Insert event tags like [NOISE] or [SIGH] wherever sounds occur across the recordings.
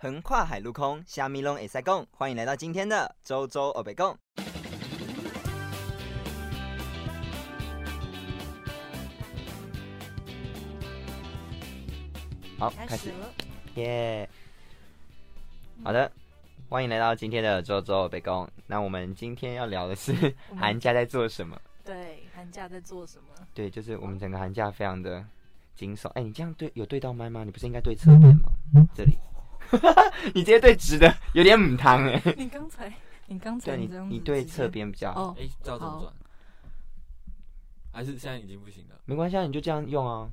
横跨海陆空，虾米拢会塞共。欢迎来到今天的周周欧北共。好，开始，了。耶、好的，欢迎来到今天的周周欧北共。那我们今天要聊的是我们寒假在做什么？对，寒假在做什么？ [LAUGHS] 对，就是我们整个寒假非常的惊悚。哎、你这样对有对到麦吗？你不是应该对侧边吗？这里， [LAUGHS] 你直接对直的，有点母汤哎。你刚才，你刚才对啊你这样，子你对直接侧边比较好，哦，哎、照这么好转，还是现在已经不行了？没关系，啊，你就这样用啊。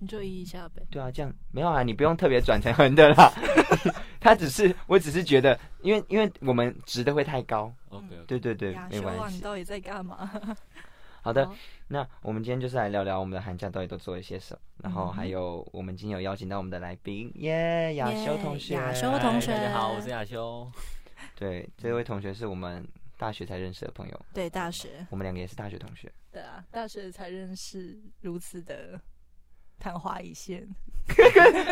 你就移一下呗。对啊，这样没有啊，你不用特别转成横的啦。 [LAUGHS] 他只是，我只是觉得，因为因为我们直的会太高。 OK，, 嗯 o k 对对对亚，没修啊，关你哦系。到底在干嘛？好的，那我们今天就是来聊聊我们的寒假到底都做了些什么，然后嗯还有我们今天有邀请到我们的来宾，耶，亚修耶同学。亚修同学大家好，我是亚修。对，这位同学是我们大学才认识的朋友， [LAUGHS] 对，大学，我们两个也是大学同学。对啊，大学才认识如此的昙花 [LAUGHS] 一现， [LAUGHS]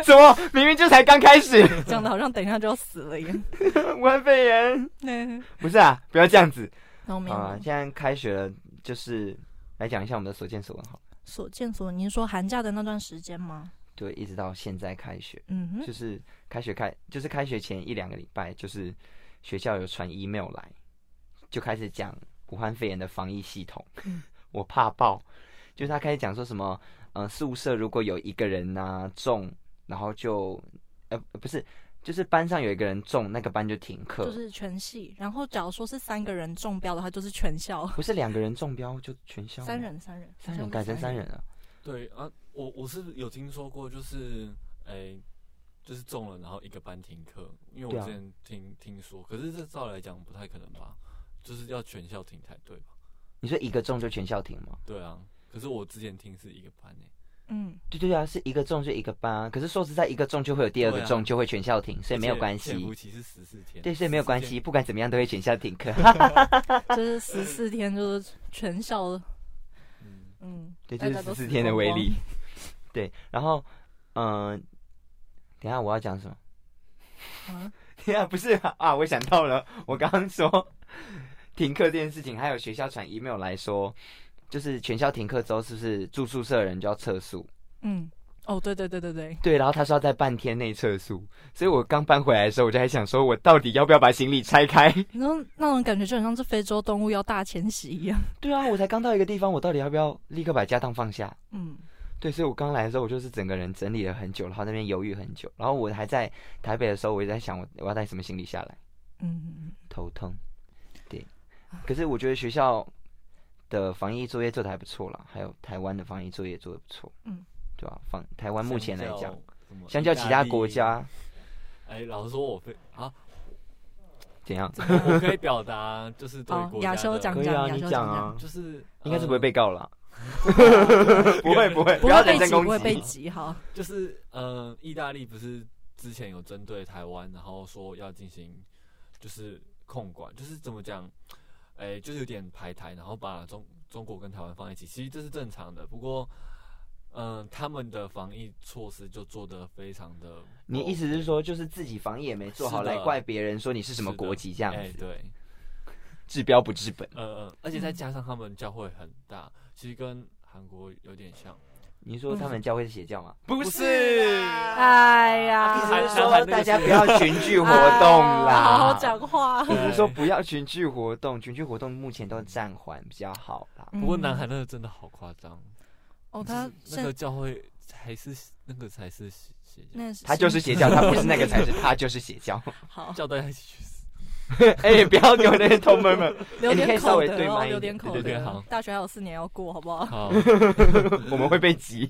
什么？明明就才刚开始，讲的好像等一下就要死了一啊样。武汉肺炎？那不是啊，不要这样子。后面好啊，现在开学了，就是来讲一下我们的所见所闻好了。所见所闻，您说寒假的那段时间吗？对，一直到现在开学，嗯哼，就是开学开，就是开学前一两个礼拜，就是学校有传 email 来，就开始讲武汉肺炎的防疫系统，嗯 [LAUGHS] 我怕爆。就是他开始讲说什么，呃，宿舍如果有一个人呐、啊中，然后就，呃，不是，就是班上有一个人中，那个班就停课，就是全系。然后假如说是三个人中标的话，就是全校。不是两个人中标就全校吗三，人，三人，三好人像改是成三人了。对啊，我我是有听说过，就是哎、就是中了，然后一个班停课，因为对啊我之前听、听说，可是这照来讲不太可能吧？就是要全校停才对吧？你说一个中就全校停吗？对啊，可是我之前听是一个班诶、嗯，对对啊，是一个中就一个班啊。可是说实在，一个中就会有第二个对啊中，就会全校停，所以没有而且关系。潜伏期是十四天，对，所以没有关系，不管怎么样都会选校 [LAUGHS] 停课。就是十四天，就是全校， 14天。嗯，嗯，对，大就家是都十死四天的光威光力。 [LAUGHS] 对，然后，嗯、等一下我要讲什么？ [LAUGHS] 啊，等一下不是啊啊，我想到了，我刚刚说停课这件事情，还有学校传 email 来说，就是全校停课之后，是不是住宿舍的人就要撤宿？嗯，哦，对对对对对，对，然后他说要在半天内撤宿，所以我刚搬回来的时候，我就还想说，我到底要不要把行李拆开？你说那种感觉就很像是非洲动物要大迁徙一样，对啊，我才刚到一个地方，我到底要不要立刻把家当放下？嗯，对，所以我刚来的时候，我就是整个人整理了很久，然后那边犹豫很久，然后我还在台北的时候，我也在想我我要带什么行李下来，嗯，头痛。对，啊可是我觉得学校的防疫作业做的还不错啦，还有台湾的防疫作业做的不错，嗯，对吧、防台湾目前来相讲较，什么相较其他国意大家利，哎、老实说我非啊，怎样？ [LAUGHS] 我可以表达就是对好国，家哦亚修的讲可以讲，啊，亚你修讲讲，啊，就是应该是不会呃被告 [LAUGHS] 啦。不会不会，不要会人身被挤，不攻会被哦击。挤，好，就是呃，意大利不是之前有针对台湾，然后说要进行就是控管，就是怎么讲，哎、就是有点排台，然后把中中国跟台湾放一起，其实这是正常的。不过，嗯、他们的防疫措施就做得非常的，你意思是说，就是自己防疫也没做好，是的来怪别人说你是什么是的国籍这样哎、子，对，治标不治本。呃呃，而且再加上他们教会很大，其实跟韩国有点像。你说嗯他们教会是邪教吗？不是哎呀意思啊韩是韩说韩那个大是家不要群聚活动哎啦，好好讲话，意思是说不要群聚活动，群聚活动目前都暂缓比较好啦。不过南嗯韩那个真的好夸张，哦，就他是那个现教会还是那个才是邪邪教，那是他就是新邪教，他不是那个才是，他就是邪教。 [LAUGHS] [LAUGHS] 好，叫大家一起去死。哎、不要给我那些同门们，留你可以点稍口微对德麦哦，一留点点口对对对德好，大学还有四年要过，好不 [LAUGHS] 哦 [LAUGHS] 好？好，我们会被急。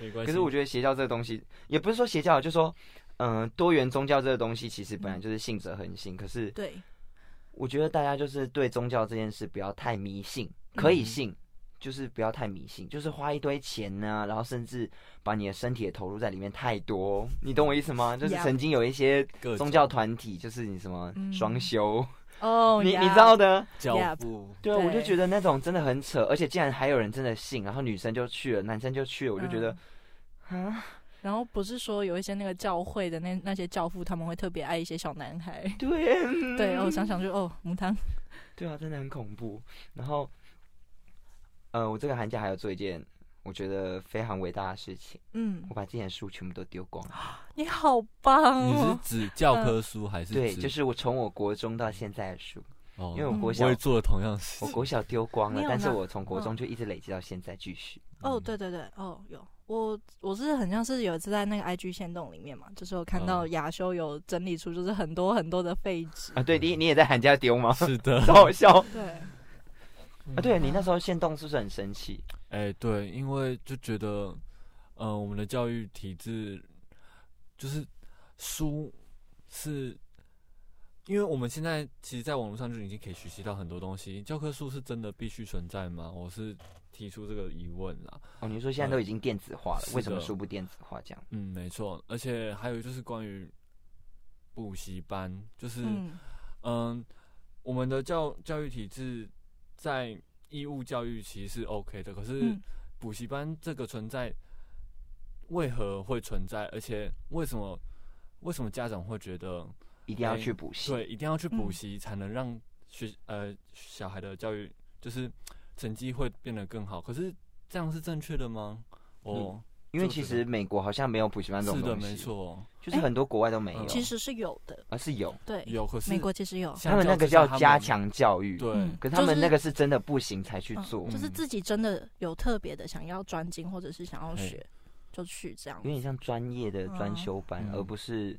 没关可系。是我觉得邪教这个东西，也不是说邪教，就说，嗯、多元宗教这个东西其实本来就是信者恒信。可是对，我觉得大家就是对宗教这件事不要太迷信，可以嗯信，就是不要太迷信，就是花一堆钱呢、然后甚至把你的身体也投入在里面太多，你懂我意思吗？就是 Yeah 曾经有一些各宗教团体，就是你什么嗯双修，哦，你你呀知道的，教 Yep 父，对啊，我就对觉得那种真的嗯很扯，而且竟然还有人真的信，然后女生就去了，男生就去了，我就觉得。啊，然后不是说有一些那个教会的那那些教父，他们会特别爱一些小男孩。对，对，哦，想想就哦，母汤。对啊，真的很恐怖。然后，呃，我这个寒假还有做一件我觉得非常伟大的事情，嗯我，把之前的书全部都丢光了。 [LAUGHS] 你好棒你是哦！指教科书还是对，指就是我从我国中到现在的书，哦因为我嗯国小我也做了同样的事我情。国小丢光了你，有但是拿我从国嗯中就一直累积到现在继续。嗯哦，对对对，哦，有我我是很像是有一次在那个 IG 线动里面嘛，就是我看到嗯亚修有整理出就是很多很多的废纸。啊，对，你你也在寒假丢吗？ [LAUGHS] 是的， [LAUGHS] 超好笑对，嗯啊！对你那时候限动是不是很生气？哎、对，因为就觉得，呃，我们的教育体制就是书是，因为我们现在其实，在网络上就已经可以学习到很多东西。教科书是真的必须存在吗？我是提出这个疑问啦。哦，你说现在都已经电子化了，是为什么的书不电子化这样？嗯，没错，而且还有就是关于补习班，就是嗯、嗯我们的教教育体制在义务教育其实是 OK 的，可是。嗯补习班这个存在为何会存在，而且为什么为什么家长会觉得一定要哎去补习？对一定要去嗯补习才能让学呃小孩的教育就是成绩会变得更好？可是这样是正确的吗？哦，因为就其是实美国好像没有补习班这是种的，东没西，错，就是很多国外都没嗯有，其实是有的，而是有。对，有可是美国其实有，他们那个叫加，强教育，对，嗯可是他们就是那个是真的不行才去嗯做，就是嗯自己真的有特别的想要专精，或者是想要嘿学，就去这样有。点像专业的专嗯修班，嗯而不是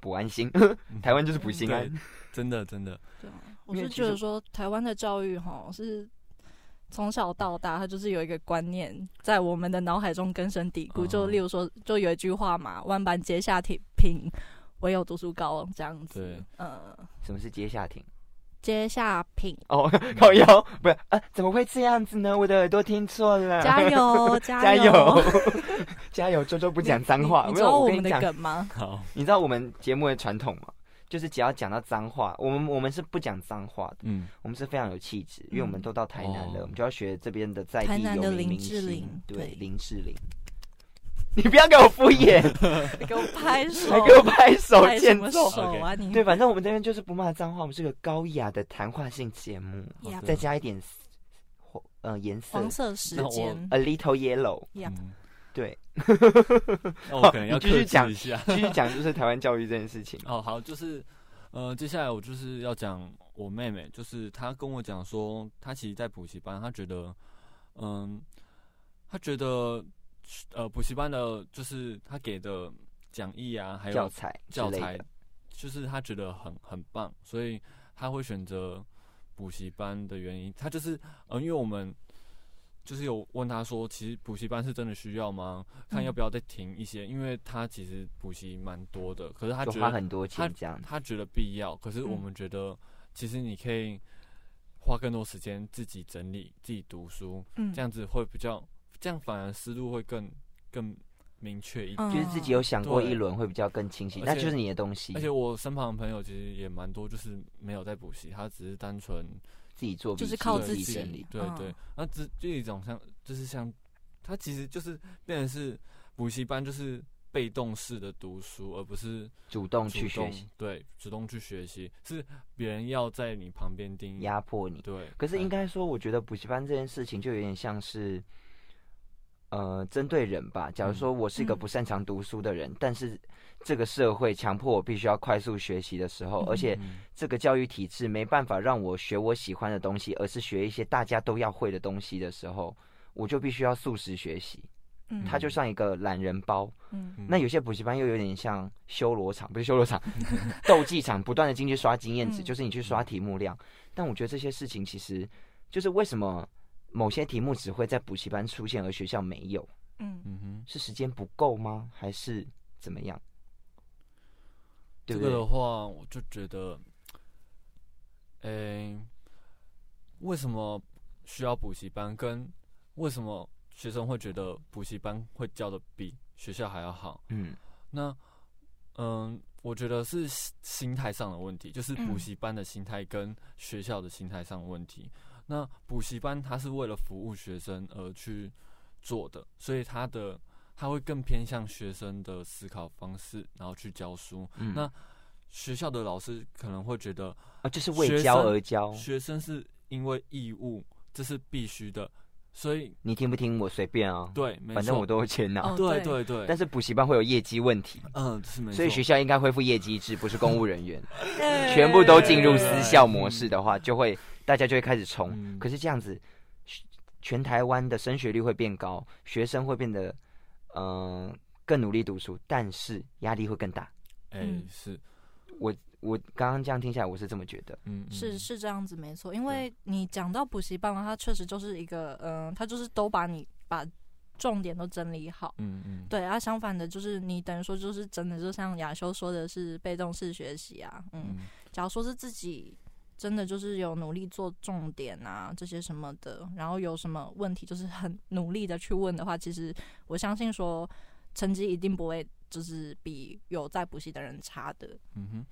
补安心。 [LAUGHS] 台湾就是补心安对，真的真的，对啊，我因为是其觉实得说台湾的教育哈是。从小到大，它就是有一个观念在我们的脑海中根深蒂固。哦就嗯例如说，就有一句话嘛，“万般皆下品，品唯有读书高”这样子。对，呃，什么是阶下 [LAUGHS] 庭？阶下品，哦，靠腰，不是啊？怎么会这样子呢？我的耳朵听错了。加！油，啊 [LAUGHS] 加油！油！ [LAUGHS] 加油！周周不讲脏话，你没知有。道我跟们你的讲，梗 [LAUGHS] 吗？好，你知道我们节目的传统吗？就是只要讲到脏话，我们我们是不讲脏话的，嗯，我们是非常有气质，因为我们嗯都到台南了，哦我们就要学这边的在地台南有的名林明志星玲对对林志玲。 [LAUGHS] 你不要给我敷 [LAUGHS] 衍，给我拍手，还给我拍手拍什欠么揍。手啊 [LAUGHS] 你？对，反正我们这边就是不骂脏话，我们是个高雅的谈话性节目，好 Yep 的再加一点黄呃颜色黄色时那我间 a little yellow。呀，嗯对，那我可能你要继续克讲制一下。。继续讲就是台湾教育这件事情哦，好，就是，呃，接下来我就是要讲我妹妹，就是她跟我讲说，她其实，在补习班，她觉得，嗯，她觉得，呃，补习班的，就是她给的讲义啊， [LAUGHS] 还教有材之教类材的，，就是她觉得很很棒，所以她会选择补习班的原因，她就是，呃，因为我们。就是有问她说，其实补习班是真的需要吗？看要嗯不要再停一些，因为她其实补习蛮多的，可是她就觉花得很嗯多钱这样。他觉得必要，可是我们觉得其实你可以花更多时间自己整理、自己读书，嗯这样子会比较，这样反而思路会更更明确一点。就是自己有想过对一轮会比较更清晰，而那且就是你的东西而，且我身旁的朋友其实也蛮多，就是没有在补习，他只是单纯自己做笔就记，是靠对自己己整理。对嗯对，那这就一种像就是像，他其实就是变成是补习班就是被动式的读书，而不是主动主去学动习，对主动去学习，是别人要在你旁边盯压迫你。对，可是哎嗯应该说，我觉得补习班这件事情就有点像是，呃，针对人吧。假如说我是一个嗯不擅长读书的人，但是这个社会强迫我必须要快速学习的时候，嗯而且嗯这个教育体制没办法让我学我喜欢的东西，而是学一些大家都要会的东西的时候，我就必须要素食学习。嗯它就像一个懒人包。嗯那有些补习班又有点像修罗场，不是修 [LAUGHS] 罗场，斗技场，不断的进去刷经验值，嗯就是你去刷题目量。但我觉得这些事情其实就是为什么某些题目只会在补习班出现，而学校没有，嗯嗯哼，是时间不够吗？还是怎么样？对这不个对？的话，我就觉得，诶、为什么需要补习班？跟为什么学生会觉得补习班会教的比学校还要好？嗯，那，嗯，我觉得是心心态上的问题，就是补嗯习班的心态跟学校的心态上的问题。那补习班它是为了服务学生而去做的，所以它的他会更偏向学生的思考方式，然后去教书。嗯，那学校的老师可能会觉得啊就是为教而教，学生是因为义务，这是必须的，所以你听不听我随便啊，对，没错，反正我都有钱拿、哦对对对对，但是补习班会有业绩问题，嗯，是没错，所以学校应该恢复业绩制，不是公务人员，哎全部都进入私私校模式的话，就会大家就会开始冲。嗯可是这样子，全台湾的升学率会变高，学生会变得嗯、呃更努力读书，但是压力会更大。哎、嗯是，我刚刚这样听下来，我是这么觉得。嗯，嗯是，是这样子没错，因为你讲到补习班嘛，它确实就是一个，嗯、它就是都把你把重点都整理好。嗯嗯，对啊，相反的，就是你等于说就是真的，就像亚修说的是被动式学习啊，嗯，嗯假如说是自己真的就是有努力做重点啊这些什么的，然后有什么问题就是很努力的去问的话，其实我相信说成绩一定不会就是比有在补习的人差的，嗯哼，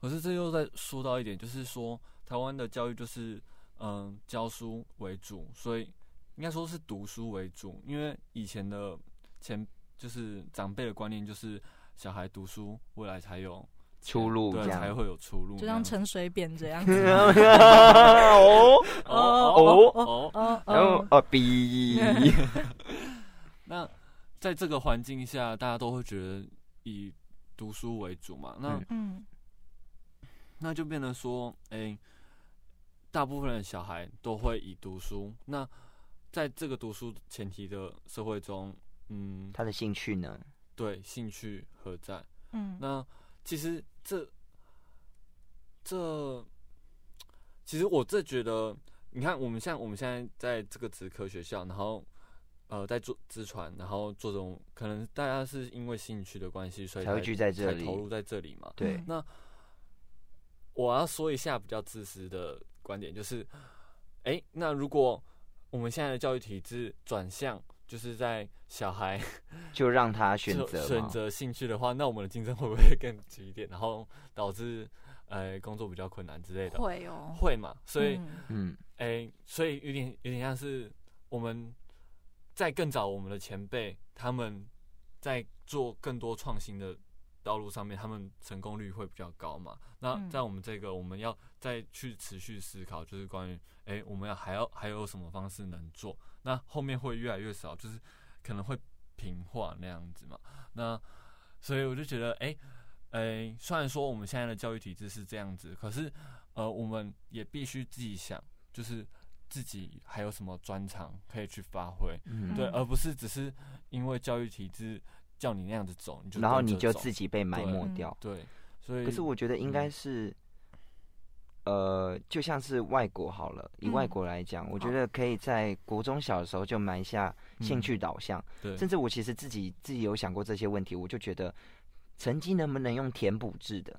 可是这又在说到一点，就是说台湾的教育就是嗯教书为主，所以应该说是读书为主，因为以前的前就是长辈的观念就是小孩读书，未来才有钱出路对，这样才会有出路，就这样像子陈水扁这样子。 [LAUGHS] 哦，哦哦哦哦然后哦，哦 [LAUGHS] 逼，那在这个环境下，大家都会觉得以读书为主嘛，那、嗯嗯，那就变得说，哎、大部分的小孩都会以读书。那在这个读书前提的社会中，嗯，他的兴趣呢？对，兴趣何在？嗯，那其实这这，其实我这觉得，你看，我们像我们现在在这个职科学校，然后呃，在做资传，然后做这种，可能大家是因为兴趣的关系，所以才会聚在这才里。投入在这里嘛。对嗯，那我要说一下比较自私的观点，就是，哎、那如果我们现在的教育体制转向，就是在小孩就让他选就择嘛选择兴趣的话，那我们的竞争会不会更激烈，然后导致呃工作比较困难之类的？会哦，会嘛？所以，嗯嗯，哎、所以有点有点像是我们在更早我们的前辈他们在做更多创新的道路上面，他们成功率会比较高嘛。那嗯在我们这个，我们要再去持续思考，就是关于哎、我们要还要还有什么方式能做？那后面会越来越少，就是可能会平化那样子嘛。那所以我就觉得，哎、哎、虽然说我们现在的教育体制是这样子，可是呃，我们也必须自己想，就是自己还有什么专长可以去发挥，嗯对，嗯而不是只是因为教育体制叫你那样子走，你就然后你跟着就走自己被埋没对掉。对，所以可是我觉得应该嗯是，呃，就像是外国好了，以外嗯国来讲，我觉好得可以在国中小的时候就埋下兴嗯趣导向，对甚至我其实自己自己有想过这些问题，我就觉得成绩能不能用填补制的，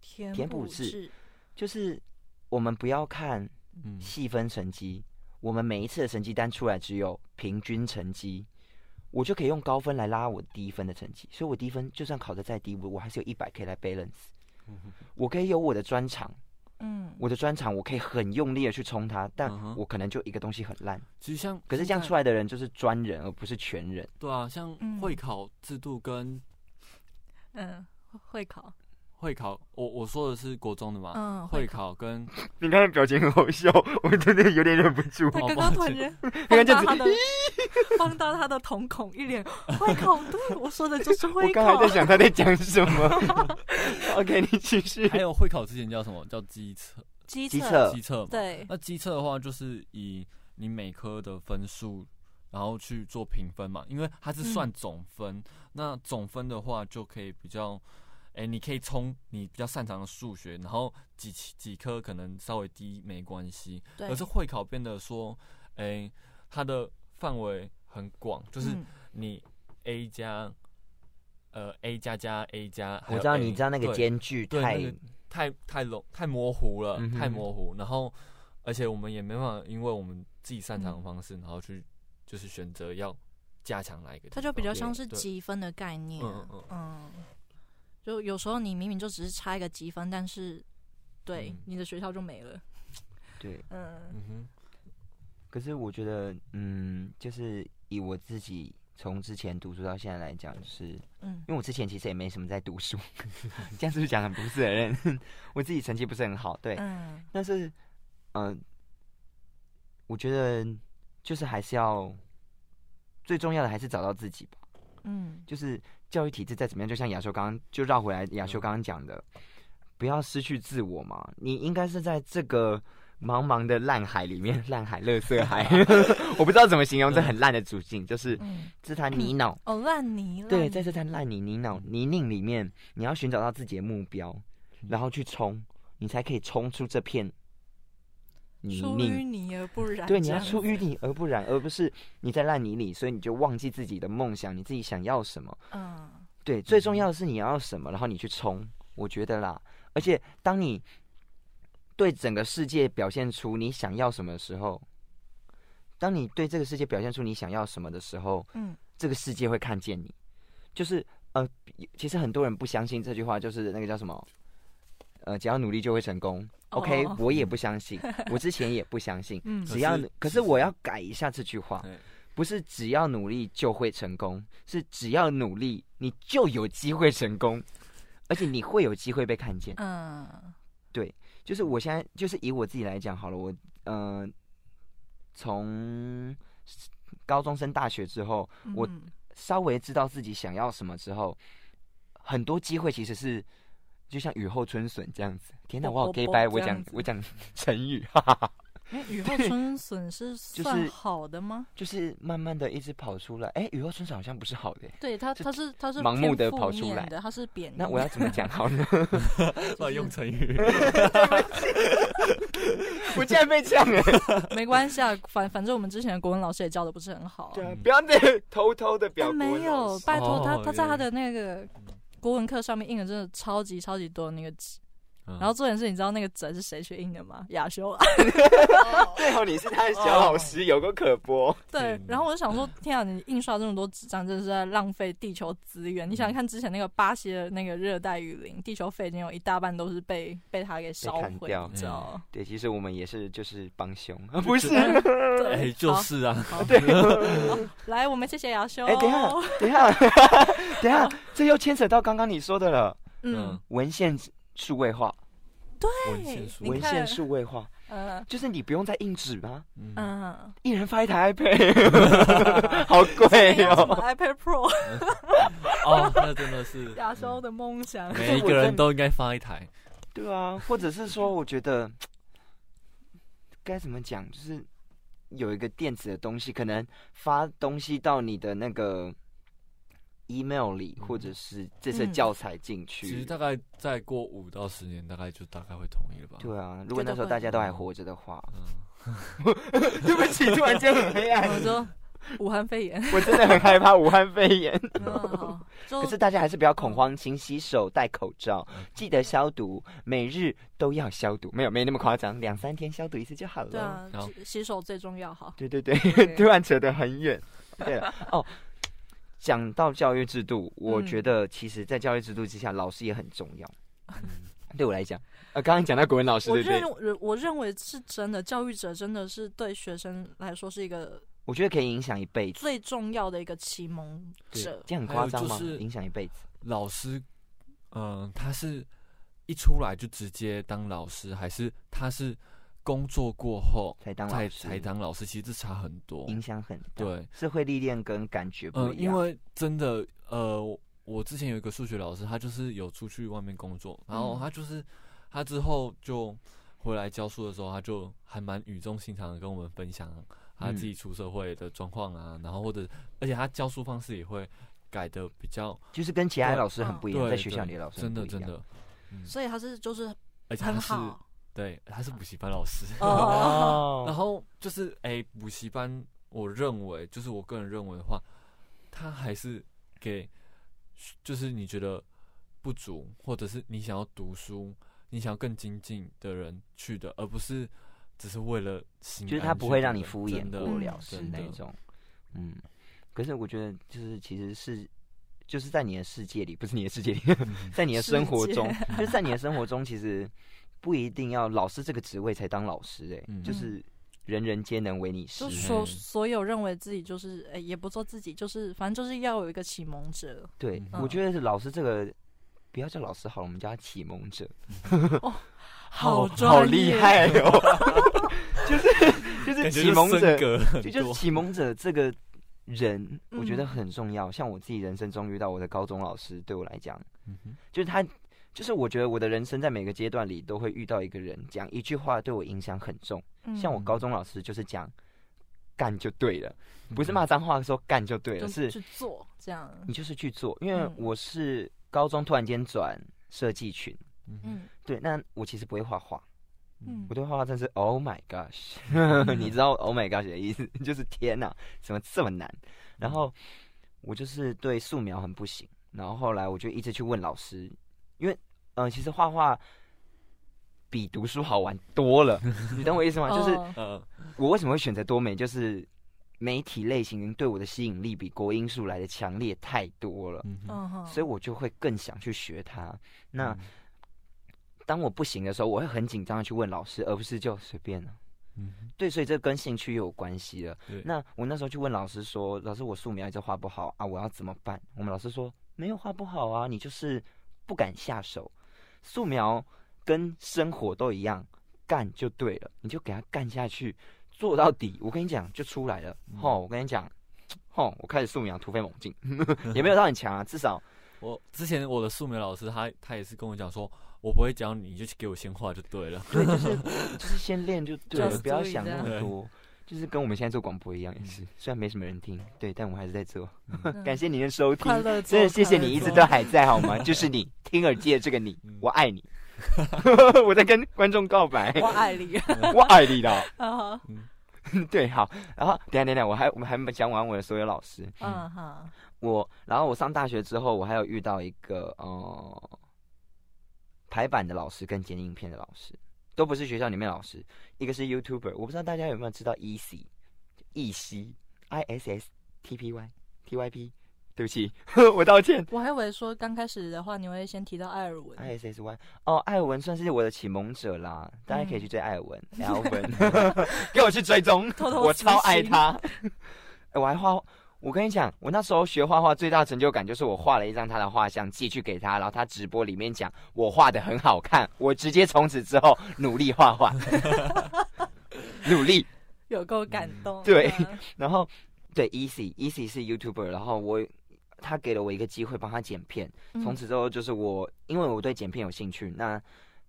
填填补补制，就是我们不要看嗯细分成绩，我们每一次的成绩单出来只有平均成绩，我就可以用高分来拉我低分的成绩，所以我低分就算考得再低，我我还是有一百 K 来 balance，嗯哼我可以有我的专长，嗯，我的专长我可以很用力的去冲它，但嗯哼我可能就一个东西很烂，其实像可是这样出来来的人就是专人而不是全人，对啊，像嗯会考制度跟嗯，会考，会考，我我说的是国中的嘛，嗯，啊会会考。考跟你刚才表情很好笑，我真的有点忍不 [LAUGHS] 住他哦刚抱刚突然歉间刚 [LAUGHS] 就放大只他的放大他的瞳孔，一脸会考。对，我说的 [LAUGHS] 就是会考。想他在讲什么。OK，你继续还有会考之前叫什么叫机测机机测，测机测嘛，对，那机测的话，就是以你每科的分数，然后去做评分嘛，因为它是算嗯总分。那总分的话，就可以比较，哎、你可以冲你比较擅长的数学，然后几几科可能稍微低没关系。对，可是会考变得说，哎、它的范围很广，就是嗯你 A 加，呃 A 加加 A 加，还我有知道， A，你知哎道那个对间距对太那个太太笼太模糊了，嗯哼太模糊。然后，而且我们也没办法，因为我们自己擅长嗯的方式，然后去就是选择要加强哪一个地它方。就比较像对是对积分的概念。嗯嗯嗯，就有时候你明明就只是差一个积分，但是对嗯你的学校就没了。对。嗯嗯哼，可是我觉得，嗯，就是以我自己从之前读书到现在来讲，就是嗯因为我之前其实也没什么在读书， [LAUGHS] 这样是不是讲得很不负责任？ [LAUGHS] 我自己成绩不是很好，对，嗯但是，嗯、我觉得就是还是要最重要的还是找到自己吧。嗯就是教育体制再怎么样，就像亚修刚刚就绕回来，亚修嗯刚刚讲的，不要失去自我嘛。你应该是在这个茫茫的烂海里面，烂海、垃圾海， [LAUGHS] 我不知道怎么形容这很烂的处境，就是嗯，这滩泥沼。哦，烂泥，对，烂在泥这滩烂泥泥沼泥泞里面，你要寻找到自己的目标，嗯然后去冲，你才可以冲出这片泥出泞淤。泥而不染，对，你这要样出子淤，泥而不染，而不是你在烂泥里，所以你就忘记自己的梦想，你自己想要什么。嗯对，最重要的是你要什么，然后你去冲，我觉得啦。而且当你对整个世界表现出你想要什么的时候，当你对这个世界表现出你想要什么的时候，嗯这个世界会看见你。就是呃，其实很多人不相信这句话，就是那个叫什么，呃，只要努力就会成功。OK，、哦我也不相信，我之前也不相 [LAUGHS] 信。嗯只要可是可是我要改一下这句话，对不是只要努力就会成功，是只要努力你就有机会成功，而且你会有机会被看见。嗯就是我现在就是以我自己来讲好了，我呃从高中升大学之后，我 [LAUGHS] 嗯稍微知道自己想要什么之后，很多机会其实是就像雨后春笋这样子。天哪，啵我好啵 gay 啵掰，我这样讲子我讲 [LAUGHS] 成语，啊哈哈哈。因为雨后春笋是就是算好的吗？就是慢慢的一直跑出来。哎、雨后春笋好像不是好的耶，对它，它是它是盲目偏地负跑出面来的，它是贬义的。那我要怎 [LAUGHS] 么讲好呢？ [LAUGHS] 乱哦用成语，我竟然被呛 [LAUGHS] 了！没关系啊，反反正我们之前的国文老师也教的不是很好啊。不要再偷偷的但没有，拜托他，哦他在他原来的那个国文课上面印的真的超级超级多的那个纸。嗯然后重点是，你知道那个纸是谁去印的吗？亚修啊。最好你是他的小老哦师，有个可播。对嗯，然后我就想说，天啊，你印刷这么多纸张，真的是在浪费地球资源。你想想看之前那个巴西的那个热带雨林，地球废已经有一大半都是被被他给烧砍毁掉，你知道吗？对，其实我们也是就是帮 [LAUGHS] 凶，啊不是？对哎，就是啊，好。对， [LAUGHS] 好来，我们谢谢亚修。哎等一下等一下， [LAUGHS] 等一下，哦这又牵扯到刚刚你说的了，嗯，文献数位化，文献书你文看献数位化，嗯就是你不用再印纸吗？嗯，嗯，一人发一台 iPad，好贵那个什么哦。 iPad Pro [LAUGHS] 哦，那真的是嗯亚修的梦 [LAUGHS] 想。每一个人都应该发一台，对啊，或者是说，我觉得该怎么讲，就是有一个电子的东西，可能发东西到你的那个 email 里，嗯或者是这些嗯教材进其实去。大概再过五到十年，大概就大概会统一了吧。对啊，如果觉得那时候会大家都还活着的话，嗯， [LAUGHS] 对不起，突然间很黑暗，我说武汉肺炎， [LAUGHS] 我真的很害怕武汉肺炎。嗯，好就可是大家还是不要恐慌，勤洗手、戴口罩，嗯记得消毒，每日都要消毒。没有，没那么夸张，两三天消毒一次就好了。对啊好，洗洗手最重要。好，对对对，对 [LAUGHS] 突然扯得很远。对 [LAUGHS] 了，哦，讲到教育制度，我嗯觉得其实，在教育制度之下，老师也很重要。嗯对我来讲，呃，刚刚讲到国文老师，我对不对认？为我认为是真的，教育者真的是对学生来说是一个我觉得可以影响一辈子，最重要的一个启蒙者。这样很夸张吗还有就？是影响一辈子，老师，嗯，他是一出来就直接当老师，还是他是工作过后才当老才师，才当老师？其实这差很多。影响很大，对，社会历练跟感觉不嗯，一因样。为真的，呃，我我之前有一个数学老师，他就是有出去外面工作，然后嗯他就是、他之后就回来教书的时候，他就还蛮语重心长的跟我们分享他嗯自己出社会的状况啊，然后或者而且他教书方式也会改的比较就是跟其他对老师很不一样，对在学校对里的老师真很不的一真样。的，嗯所以他是就是而且他很是好对他是补习班老师，哦， [LAUGHS] 哦，然后就是哎，补习班，我认为就是我个人认为的话，他还是给，就是你觉得不足，或者是你想要读书，你想要更精进的人去的，而不是只是为了心安就去的。是他不会让你敷衍嗯真的过嗯了事真那的一种。嗯，可是我觉得就是其实是就是在你的世界里，不是你的世界里， [LAUGHS] 在你的生活中，就是在你的生活中，其实不一定要老师这个职位才当老师、欸，哎、嗯就是人人皆能为你师就。嗯所所有认为自己就是，哎、也不做自己，就是反正就是要有一个启蒙者。对，嗯我觉得老师这个不要叫老师好了，我们叫他启蒙者，哦好好专厉业，害哦， [LAUGHS] 就是就是 [LAUGHS] 感觉启蒙者升，格 [LAUGHS] 很就就是多。 [LAUGHS] 启蒙者这个人，我觉得嗯很重要。像我自己人生中遇到我的高中老师，对我来讲，嗯哼就是他，就是我觉得我的人生在每个阶段里都会遇到一个人，讲一句话对我影响很重。嗯像我高中老师就是讲干就对了，嗯不是骂脏话说干就对了，就是去做这样。你就是去做。因为嗯我是高中突然间转设计群，嗯哼嗯对，那我其实不会画画，嗯我对画画真是 Oh my gosh，你知道 Oh my gosh 的意思， [LAUGHS] 就是天哪、怎么这么难？然后我就是对素描很不行，然后后来我就一直去问老师，因为嗯、呃其实画画比读书好玩多了，你懂我意 [LAUGHS] 思吗？就是哦呃，我为什么会选择多美，就是媒体类型对我的吸引力比国音数来的强烈太多了，嗯哼嗯哼，所以我就会更想去学它。那嗯当我不行的时候，我会很紧张的去问老师，而不是就随便了。嗯哼对，所以这跟兴趣又有关系了。对，那我那时候去问老师说：“老师，我素描一直画不好啊，我要怎么办？”我们老师说：“没有画不好啊，你就是不敢下手。素描跟生活都一样，干就对了，你就给他干下去，做到底。我跟你讲，就出来了。嗯吼、我跟你讲，吼，我开始素描突飞猛进， [LAUGHS] 也没有到很强啊，至 [LAUGHS] 少我之前我的素描老师他他也是跟我讲说，我不会教你，你就去给我先画就对了。对，就是就是先练就对了， Just 不要 do it 想那这么样多。就是跟我们现在做广播一样，也嗯是，虽然没什么人听，对，但我们还是在做。嗯感谢您的收听快，乐做，真的谢谢快乐你一直做都还在好吗？就是你听耳机的这个你嗯，我爱你。 [LAUGHS] 我在跟观众告白，我爱 [LAUGHS] 你我爱你的。哦啊， [LAUGHS] 对，好，然后等一下等一下，我还我们还没讲完我的所有老师。嗯哈，我然后我上大学之后，我还有遇到一个呃排版的老师跟剪影片的老师，都不是学校里面的老师，一个是 YouTuber，我不知道大家有没有知道 EC，e 西 I S S T P Y T Y P，对不起， [LAUGHS] 我道歉。我还以为说刚开始的话你会先提到艾尔文， I S S Y 哦，艾尔文算是我的启蒙者啦，大家可以去追艾尔文、 [LAUGHS] 艾尔文， [LAUGHS] 给我去追踪，嗯偷偷我私超爱心他。 [LAUGHS] 哎我还画，我跟你讲，我那时候学画画最大的成就感就是我画了一张他的画像寄去给他，然后他直播里面讲我画的很好看，我直接从此之后努力画 [LAUGHS] 画，努力。有够感动，对嗯然后对 Easy Easy 是 YouTuber，然后我他给了我一个机会帮他剪片，嗯从此之后就是我，因为我对剪片有兴趣，那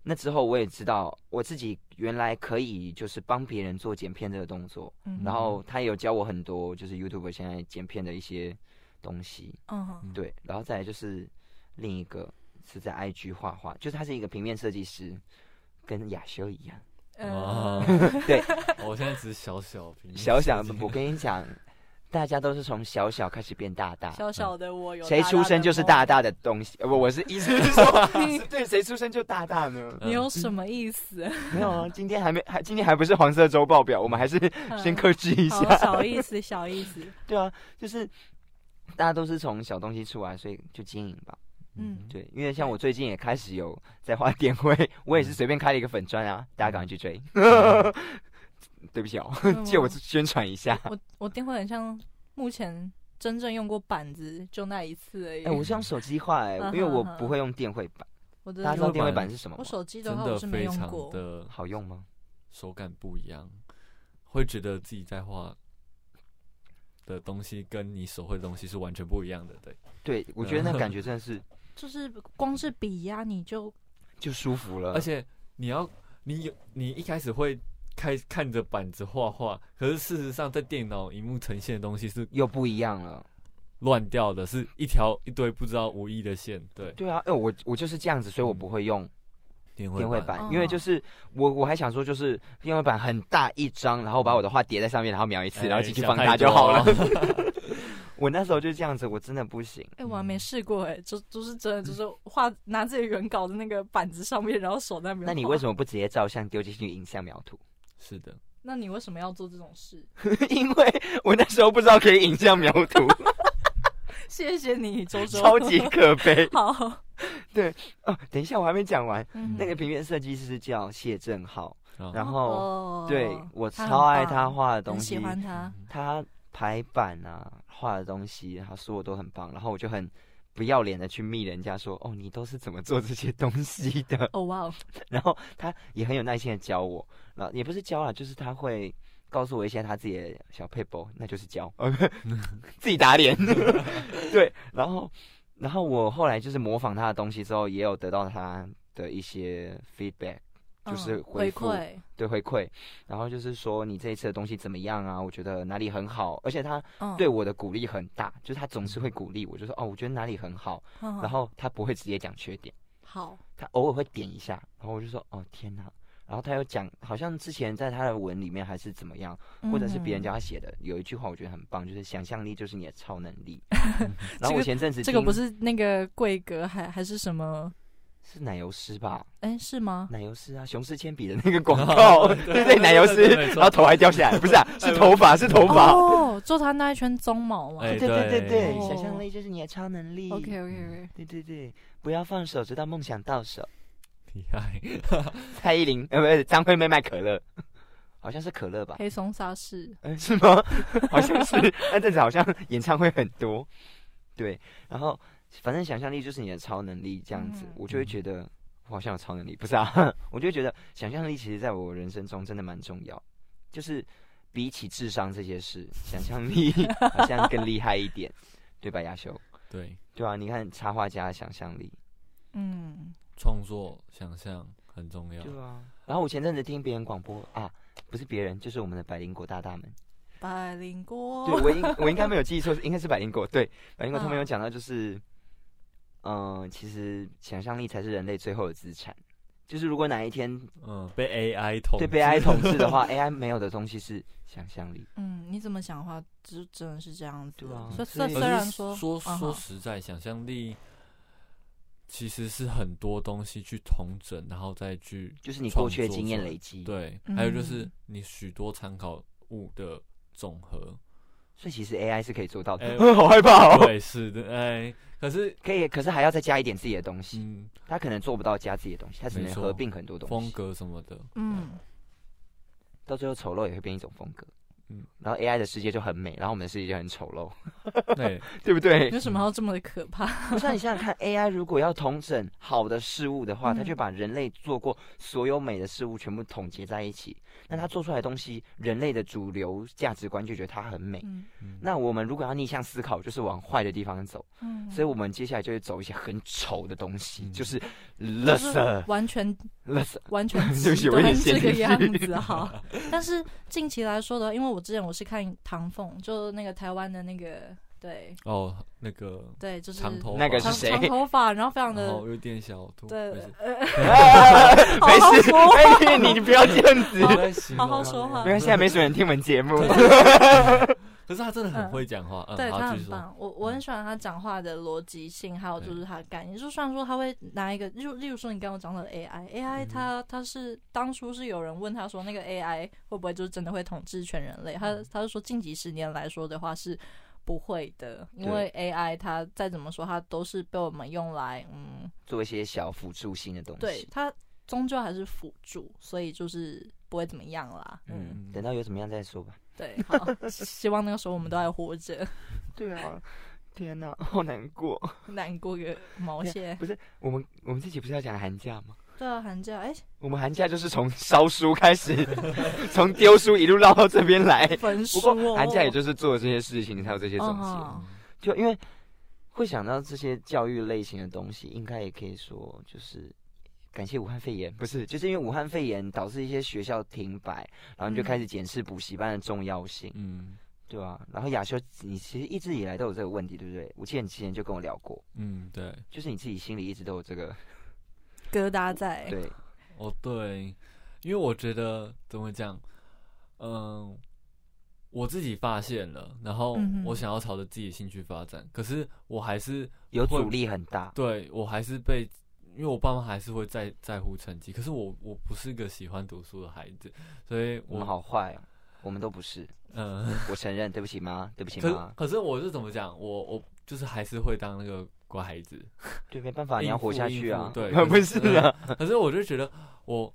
那之后我也知道我自己原来可以就是帮别人做剪片这个动作，嗯然后他也有教我很多就是 YouTube 现在剪片的一些东西，嗯哼对，然后再来就是另一个是在 IG 画画，就是他是一个平面设计师，跟亚修一样， [LAUGHS] 啊嗯， [LAUGHS] 对， [LAUGHS] 我现在只是小小平嗯民小小设 [LAUGHS] 计我跟你讲，大家都是从小小开始变大大，小小的我有谁大大出的生就是梦大，大的东西，呃不，我是意思 [LAUGHS] 是说，对，谁出生就大大呢？你有什么意思？没有啊，今天还没，还今天还不是黄色周报表，我们还是先克制一嗯下 [LAUGHS] 好。小意思，小意思，对啊，就是大家都是从小东西出来，所以就经营吧。嗯，对，因为像我最近也开始有在画电绘， [LAUGHS] 我也是随便开了一个粉砖啊，大家赶快去追。嗯 [LAUGHS] 对不起哦，嗯借我宣传一下。我我电话很像目前真正用过板子就那一次而已哎，。我是用手机画哎，因为我不会用电绘板。我大家的知道电绘板是什么我吗？手机的真话的我是没非用常过，的好用吗？手感不一样，会觉得自己在画的东西跟你手绘的东西是完全不一样的。对，对，我觉得那感觉真的是就是光是笔呀，你就就舒服了， [LAUGHS] 而且你要你有你一开始会开看着板子画画，可是事实上在电脑荧幕呈现的东西是又不一样了。乱掉的，是一条一堆不知道无意的线。对，对啊，哎，我我就是这样子，所以我不会用电电绘板板，哦，因为就是我我还想说，就是电绘板很大一张，然后把我的画叠在上面，然后描一次，哎然后进去想放太大就多好了了。 [LAUGHS] 我那时候就这样子，我真的不行。哎、我还嗯没试过哎、就就是真的就是画拿自己原稿的那个板子上面，然后手在那边。那你为么？什么不直接照相丢进去影像描图？ [LAUGHS] [LAUGHS] 是的，那你为什么要做这种事？因为我那时候不知道可以影像描 [LAUGHS] 图，谢谢你，周周。。超级可悲 [LAUGHS] 好， [LAUGHS] 哦，等一下，我还没讲完。嗯那个平面设计师叫谢正浩，然后哦对我他很超爱棒他画的东很西喜，欢他，他排版啊画的东西，他说我都很棒，然后我就很不要脸的去密人家说，哦，你都是怎么做这些东西的？ [LAUGHS] 哦哇哦，然后他也很有耐心的教我，然后也不是教啦，啊就是他会告诉我一些他自己的小配博，那就是教， [LAUGHS] 自己打脸。 [LAUGHS] 对，然后然后我后来就是模仿他的东西之后，也有得到他的一些 feedback，就是嗯回回复馈，对回馈，然后就是说你这一次的东西怎么样啊？我觉得哪里很好，而且他嗯，对我的鼓励很大，就是他总是会鼓励我，就说哦，我觉得哪里很好，嗯，然后他不会直接讲缺点。好，他偶尔会点一下，然后我就说哦天哪，然后他又讲，好像之前在他的文里面还是怎么样，或者是别人嗯家写的，有一句话我觉得很棒，就是想象力就是你的超能 [LAUGHS] 力。然后这我个前阵子这个听不是那个贵格还还是什么？是奶油师吧？哎，[LAUGHS] 是吗？奶油师啊，雄狮铅笔的那个 [LAUGHS] 广告， [LAUGHS] 对不对？奶油师哦对对对没，错然后头还掉下来，不是啊，是头发，是头发。哦，做他那一圈鬃毛啊嘛。哎对对对对对，哦想象力就是你的超能力。 OK OK OK，对对对，不要放手，直到梦想到手。厉害，蔡依林，呃，不是张惠妹卖可乐， [LAUGHS] 好像是可乐吧？黑松沙士，嗯， [LAUGHS] 是吗？好像是， [LAUGHS] 那阵子好像演唱会很多，对，然后反正想象力就是你的超能力，这样子，嗯我就会觉得我好像有超能力，不是啊？ [LAUGHS] 我就会觉得想象力其实在我人生中真的蛮重要，就是比起智商这些事，想象力 [LAUGHS] 好像更厉害一点，对吧？亚修，对，对啊，你看插画家的想象力，嗯，创作想象很重要。对啊。然后我前阵子听别人广播啊，不是别人，就是我们的百灵果大大们。百灵果，哦对我应我应该没有记错，应该是百灵果。嗯对，百灵果他们有讲到，就是，嗯、其实想象力才是人类最后的资产。就是如果哪一天嗯，被 AI 统对治被 AI 统治 [LAUGHS] 的话，AI 没有的东西是想象力。嗯，你怎么想的话，就真的是这样子对啊的。所以所虽以虽然说说说嗯好实在，想象力其实是很多东西去统整，然后再去就是你过去的创作经验出来累积，，对，还有就是嗯你许多参考物的总和。所以其实 AI 是可以做到的。[LAUGHS] 哎好害怕哦！对，是的，哎，可是可以，可是还要再加一点自己的东西。嗯，他可能做不到加自己的东西，他只能没错合并很多东风西，格什么的，嗯，到最后丑陋也会变一种风格。嗯嗯，然后 AI 的世界就很美，然后我们的世界就很丑陋， [LAUGHS] 对，对不 [LAUGHS] 对？为什么要这么的可怕？不是啊，你想想看，AI 如果要统整好的事物的话，它就嗯把人类做过所有美的事物全部统结在一起。那它做出来的东西，人类的主流价值观就觉得它很美。嗯嗯那我们如果要逆向思考，就是往坏的地方走，嗯，所以我们接下来就会走一些很丑的东西，嗯就是就垃是圾，完全垃 [LAUGHS] 圾。 [LAUGHS] 完全对不起我有点极陷端进这个样去子哈。但是近期来说的话，因为我之前我是看唐凤，就那个台湾的那个，对哦，那个对，就是长头那个发长是谁长头发，然后非常然的后有点小肚，对没事，好没好事，说话哎，你你不要这样子我。在形容好好说话没关系，啊，没什么人听我们节目。 [LAUGHS] 可是他真的很会讲话，嗯，对好他继很续说，嗯棒，我我很喜欢他讲话的逻辑性，还有就是他的概念。就虽然说他会拿一个，就例如说你刚刚讲到的 AI，AI 嗯他他是当初是有人问他说那个 AI 会不会就是真的会统治全人类？嗯他他是说近几十年来说的话是不会的，因为 AI 它再怎么说它都是被我们用来嗯，做一些小辅助性的东对西。它终究还是辅助，所以就是不会怎么样啦。嗯，嗯，等到有怎么样再说吧。对，好，希望那个时候我们都还活着，对啊，天哪，好难过。难过个毛线。不是我们我们自己不是要讲寒假吗？对啊，寒假哎。我们寒假就是从烧书开始， [LAUGHS] 从丢书一路绕到这边来。焚哎不书过哦。寒假也就是做这些事情，才有这些总结。嗯哦就因为会想到这些教育类型的东西，应该也可以说就是。感谢武汉肺炎，不是，就是因为武汉肺炎导致一些学校停摆，然后你就嗯开始检视补习班的重要性，嗯对吧、然后亚修，你其实一直以来都有这个问题，对不对？我记得你之前就跟我聊过，嗯，对，就是你自己心里一直都有这个，疙瘩在，对，哦对，因为我觉得怎么讲，嗯，我自己发现了，然后嗯哼我想要朝着自己的兴趣发展，可是我还是有会阻力很大。对我还是被，因为我爸妈还是会在在乎成绩，可是我我不是个喜欢读书的孩子，所以我我们好坏哦，我们都不是。嗯。我承认，对不起妈，对不起可是妈。可是我是怎么讲？我我就是还是会当那个乖孩子， [LAUGHS] 对，没办法，你要应 [LAUGHS] 付活下去啊。应付对不是啊。可是我就觉得我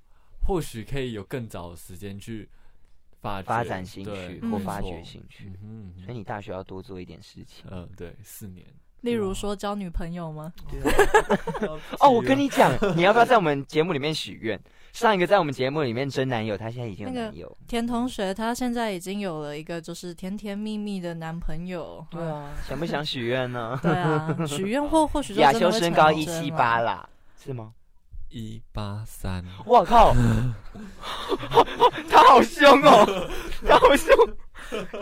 或许可以有更早的时间去发发掘展兴趣对或没发错掘兴趣嗯。哼嗯所以哼你大学要多做一点事情。呃，对，四年。例如说交女朋友吗？哦，我跟啊你讲，你要不要在我们节目里面许愿？上一个在我们节目里面真男友，他现在已经有那个男友。田同学他现在已经有了一个就是甜甜蜜蜜的男朋友，对啊，想不想许愿 [LAUGHS] 呢？对啊，许愿或或许就亚真修的会身高成一真七了八啦，是吗？一八 [LAUGHS] 三，我靠，他好凶哦， [LAUGHS] 他好凶。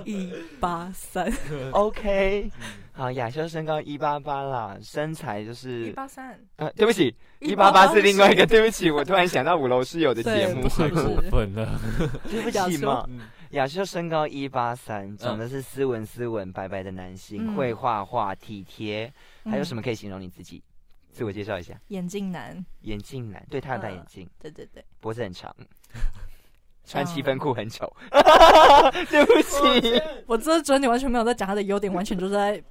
一八三 OK，好，亚修身高一八八啦，身材就是八三呃，对不起，一八八是另外一个，对不起，我突然想到五楼室友的节对目不，是太过分了。 [LAUGHS] 对不亚起修嘛。嗯亚修身高一八三，长得是斯文斯文、白白的男性，嗯会画画，体贴。还有什么么可以形容你自己？自我介绍一下。嗯眼镜男？眼镜男，对他有戴呃眼镜，对对对，脖子很长，穿嗯七分裤很丑。 [LAUGHS] 对不起，我真的觉得你完全没有在讲他的优点，完全就是在， [LAUGHS]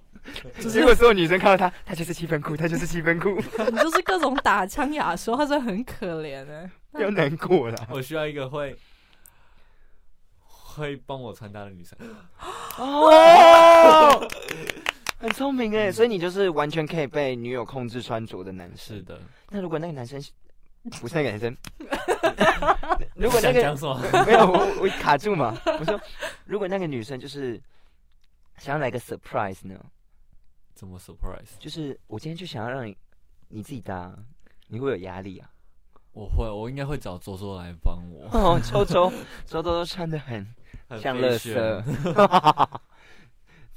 就结是果所有女生看到他，他就是七分裤，他就是七分 [LAUGHS] 裤，你嗯就是各种打枪亚说，他真的很可怜哎、不要难过了。我需要一个会会帮我穿搭的女生。哦， [LAUGHS] 很聪明哎，所以你就是完全可以被女友控制穿着的男是生。的，那如果那个男生是不是那个男生， [LAUGHS] 如果那想个讲什么？ [LAUGHS] 没有我我卡住嘛，我说如果那个女生就是想要来个 surprise 呢，怎么 surprise？就是我今天就想要让你你自己搭，你会有压力啊。我会，我应该会找周周来帮我。哦，周周周周都穿的很 [LAUGHS] 很像费乐事啊嗯色，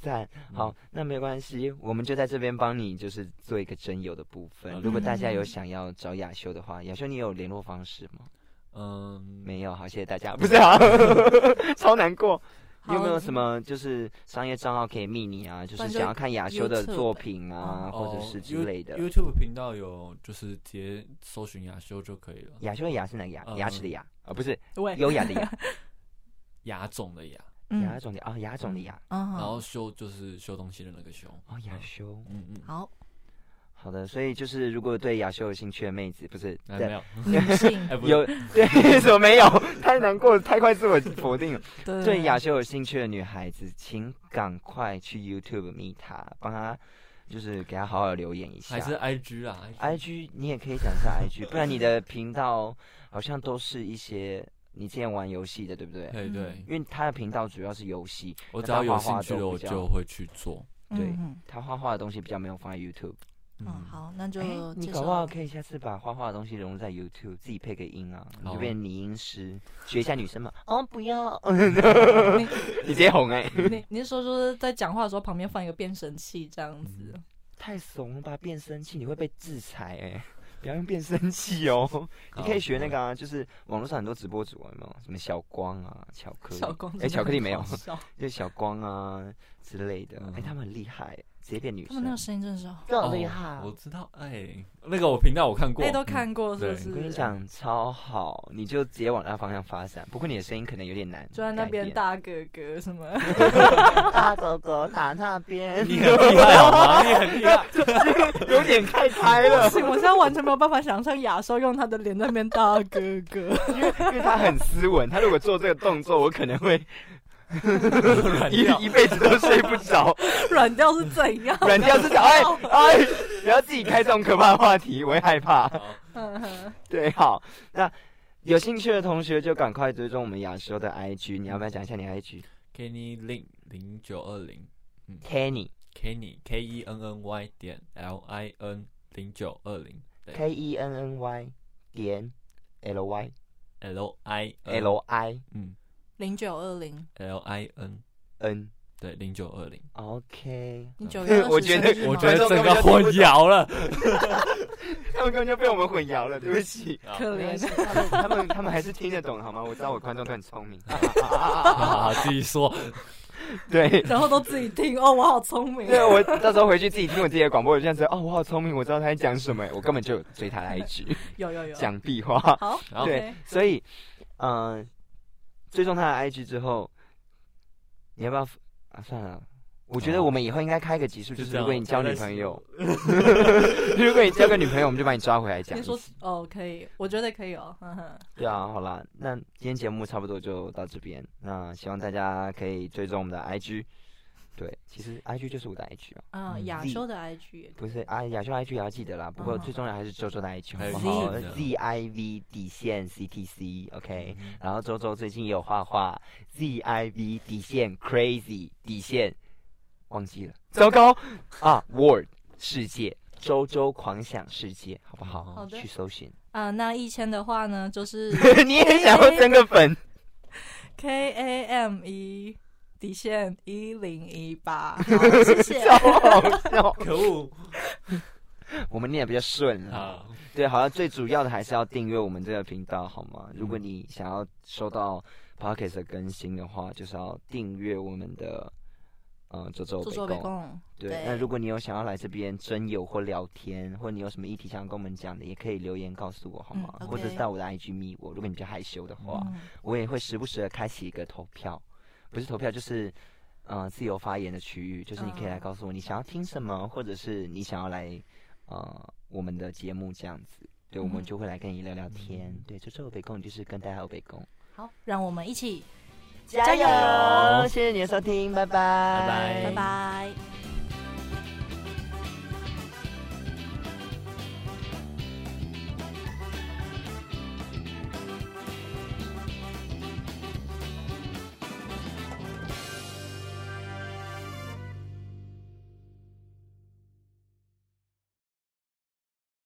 [LAUGHS] 赞，好，那没关系，我们就在这边帮你，就是做一个真友的部分。 OK 如果大家嗯有想要找雅修的话，雅修你有联络方式吗？嗯，没有，好，谢谢大家。不是啊， [LAUGHS] 超难过。你有没有好什么就是商业账号可以密你啊？就是不然就想要看雅修的 YouTube 作品啊，嗯或者是之类的。哦 You- YouTube 频道有，就是直接搜寻雅修就可以了。雅修的雅是哪个雅？嗯牙齿的牙啊，不是喂，优雅的雅，雅种的雅，牙嗯，种的啊，牙种的牙。嗯，然后修就是修东西的那个修。哦，雅修，嗯嗯，好，好的，所以就是如果对雅修有兴趣的妹子，不是哎对没有，女性 [LAUGHS] 哎不是有对，怎么没有？太难过，了，太快自我否定了。对对亚修有兴趣的女孩子，请赶快去 YouTube 密她，帮她就是给她好好留言一下还。是 IG 啦 IG 你也可以讲一下 IG，不然你的频道好像都是一些你之前玩游戏的，对不对？对对，因为她的频道主要是游戏，我只要有兴趣嗯那大的花花都比我较就会去做。对嗯她画画的东西比较没有放在 YouTube。嗯嗯，好，那就哎你介搞不绍好可以下次把画画的东西融入在 YouTube，自己配个音啊，你好就啊变拟音师，学一下女生嘛。哦，不要， [LAUGHS] 你直接红哎、你 [LAUGHS] 你是说就是在讲话的时候旁边放一个变声器这样子，嗯太怂了吧！变声器你会被制裁哎、不要用变声器 [LAUGHS] 哦。你可以学那个哦啊，就是网络上很多直播主啊有没有？什么小光啊、巧克力，小光哎、巧克力没有真， [LAUGHS] 的很好笑就是小光啊之类的。哎、嗯他们很厉害，直接变女他们生那个，声音真的是，这哦好厉害。啊我知道，哎，那个我频道我看过哎，，都看过是对不是？我嗯跟你，讲，超好，你就直接往那方向发展。不过你的声音可能有点难改变，就在那边大哥 [LAUGHS] 哥什么，大狗狗打那边， [LAUGHS] 你很厉害好吗？你很厉害，有点太 [LAUGHS] 开不了，行，我现在完全没有办法想象亚洲用他的脸在那边大哥哥，因为他很斯文，他如果做这个动作，我可能会嗯 [LAUGHS] 软一掉一辈子都睡不着，软掉是怎样？软掉是想哎 [LAUGHS] 哎，不要自己开这种可怕的话题，我会害怕。好 [LAUGHS] 嗯哼 [LAUGHS] 对，好，那有兴趣的同学就赶快追踪我们亚修的 IG，你要不要讲一下你的 IG？Kenny ，Kenny Lin 零九二零。Kenny K E N N Y 点 L I N 零九二零 K E N N Y 点 L Y L I N L I 嗯零九二零， L I N N 对零九二 [LAUGHS] 零， OK，你九月嗯我二觉十得生日我吗觉得整个混淆 [LAUGHS] 了。他们根本就被我们混淆了，对不啊起。可没关系怜，他们他们他们还是听得懂好吗？我知道我观众都很聪 [LAUGHS] 明。好，自己说，对。然后都自己听哦，我好聪明，对，我到时候回去自己听我自己的广播，我就这样子，哦，我好聪明，我知道他在讲什么，我根本就有追他来一句有有有，讲屁话。好，然后对，所以，嗯、追踪他的 IG 之后，你要不要？啊，算了，我觉得我们以后应该开一个集数，哦就就是这样如果你交女交代朋友，如果你交个女朋友，我们就把你抓回来讲你。说哦，可以，我觉得可以哦，呵呵对啊，好啦，那今天节目差不多就到这边。那希望大家可以追踪我们的 IG。对，其实 IG 就是我的 IG 啊，嗯，嗯亚 Z 洲的 IG 也可不是啊，亚秀 IG 也要记得啦。不过嗯最重要还是周周的 IG，还好有不好 Z 的？Z I V 底线 C T C，OK、然后周周最近也有画画，Z I V 底线 Crazy 底线，忘记了，糟糕啊，Word 世界，周周狂想世界，好不好？好的去搜寻。 [LAUGHS] 啊、那一千的话呢，就是你也想要增个粉？ K A M E 底线一零一 [LAUGHS] 八，好谢谢。好笑。 [LAUGHS] 可恶我们念的比较顺啦。啊！对，好像最主要的还是要订阅我们这个频道，好吗？如果你想要收到 Podcast 的更新的话，就是要订阅我们的。嗯，周周祝北做北宫。贡，对，对那如果你有想要来这边征友或聊天，或你有什么议题想要跟我们讲的，也可以留言告诉我，好吗？嗯，OK 或者是到我的 IG 密我，如果你比较害羞的话，嗯我也会时不时的开启一个投票，不是投票就是，呃，自由发言的区域，就是你可以来嗯告诉我你想要听什么，或者是你想要来，呃，我们的节目这样子，对，我们嗯就会来跟你聊聊天。嗯对，这周有北贡就是跟大家有北贡，好，让我们一起加油油！谢谢你的收听，拜拜，拜拜拜。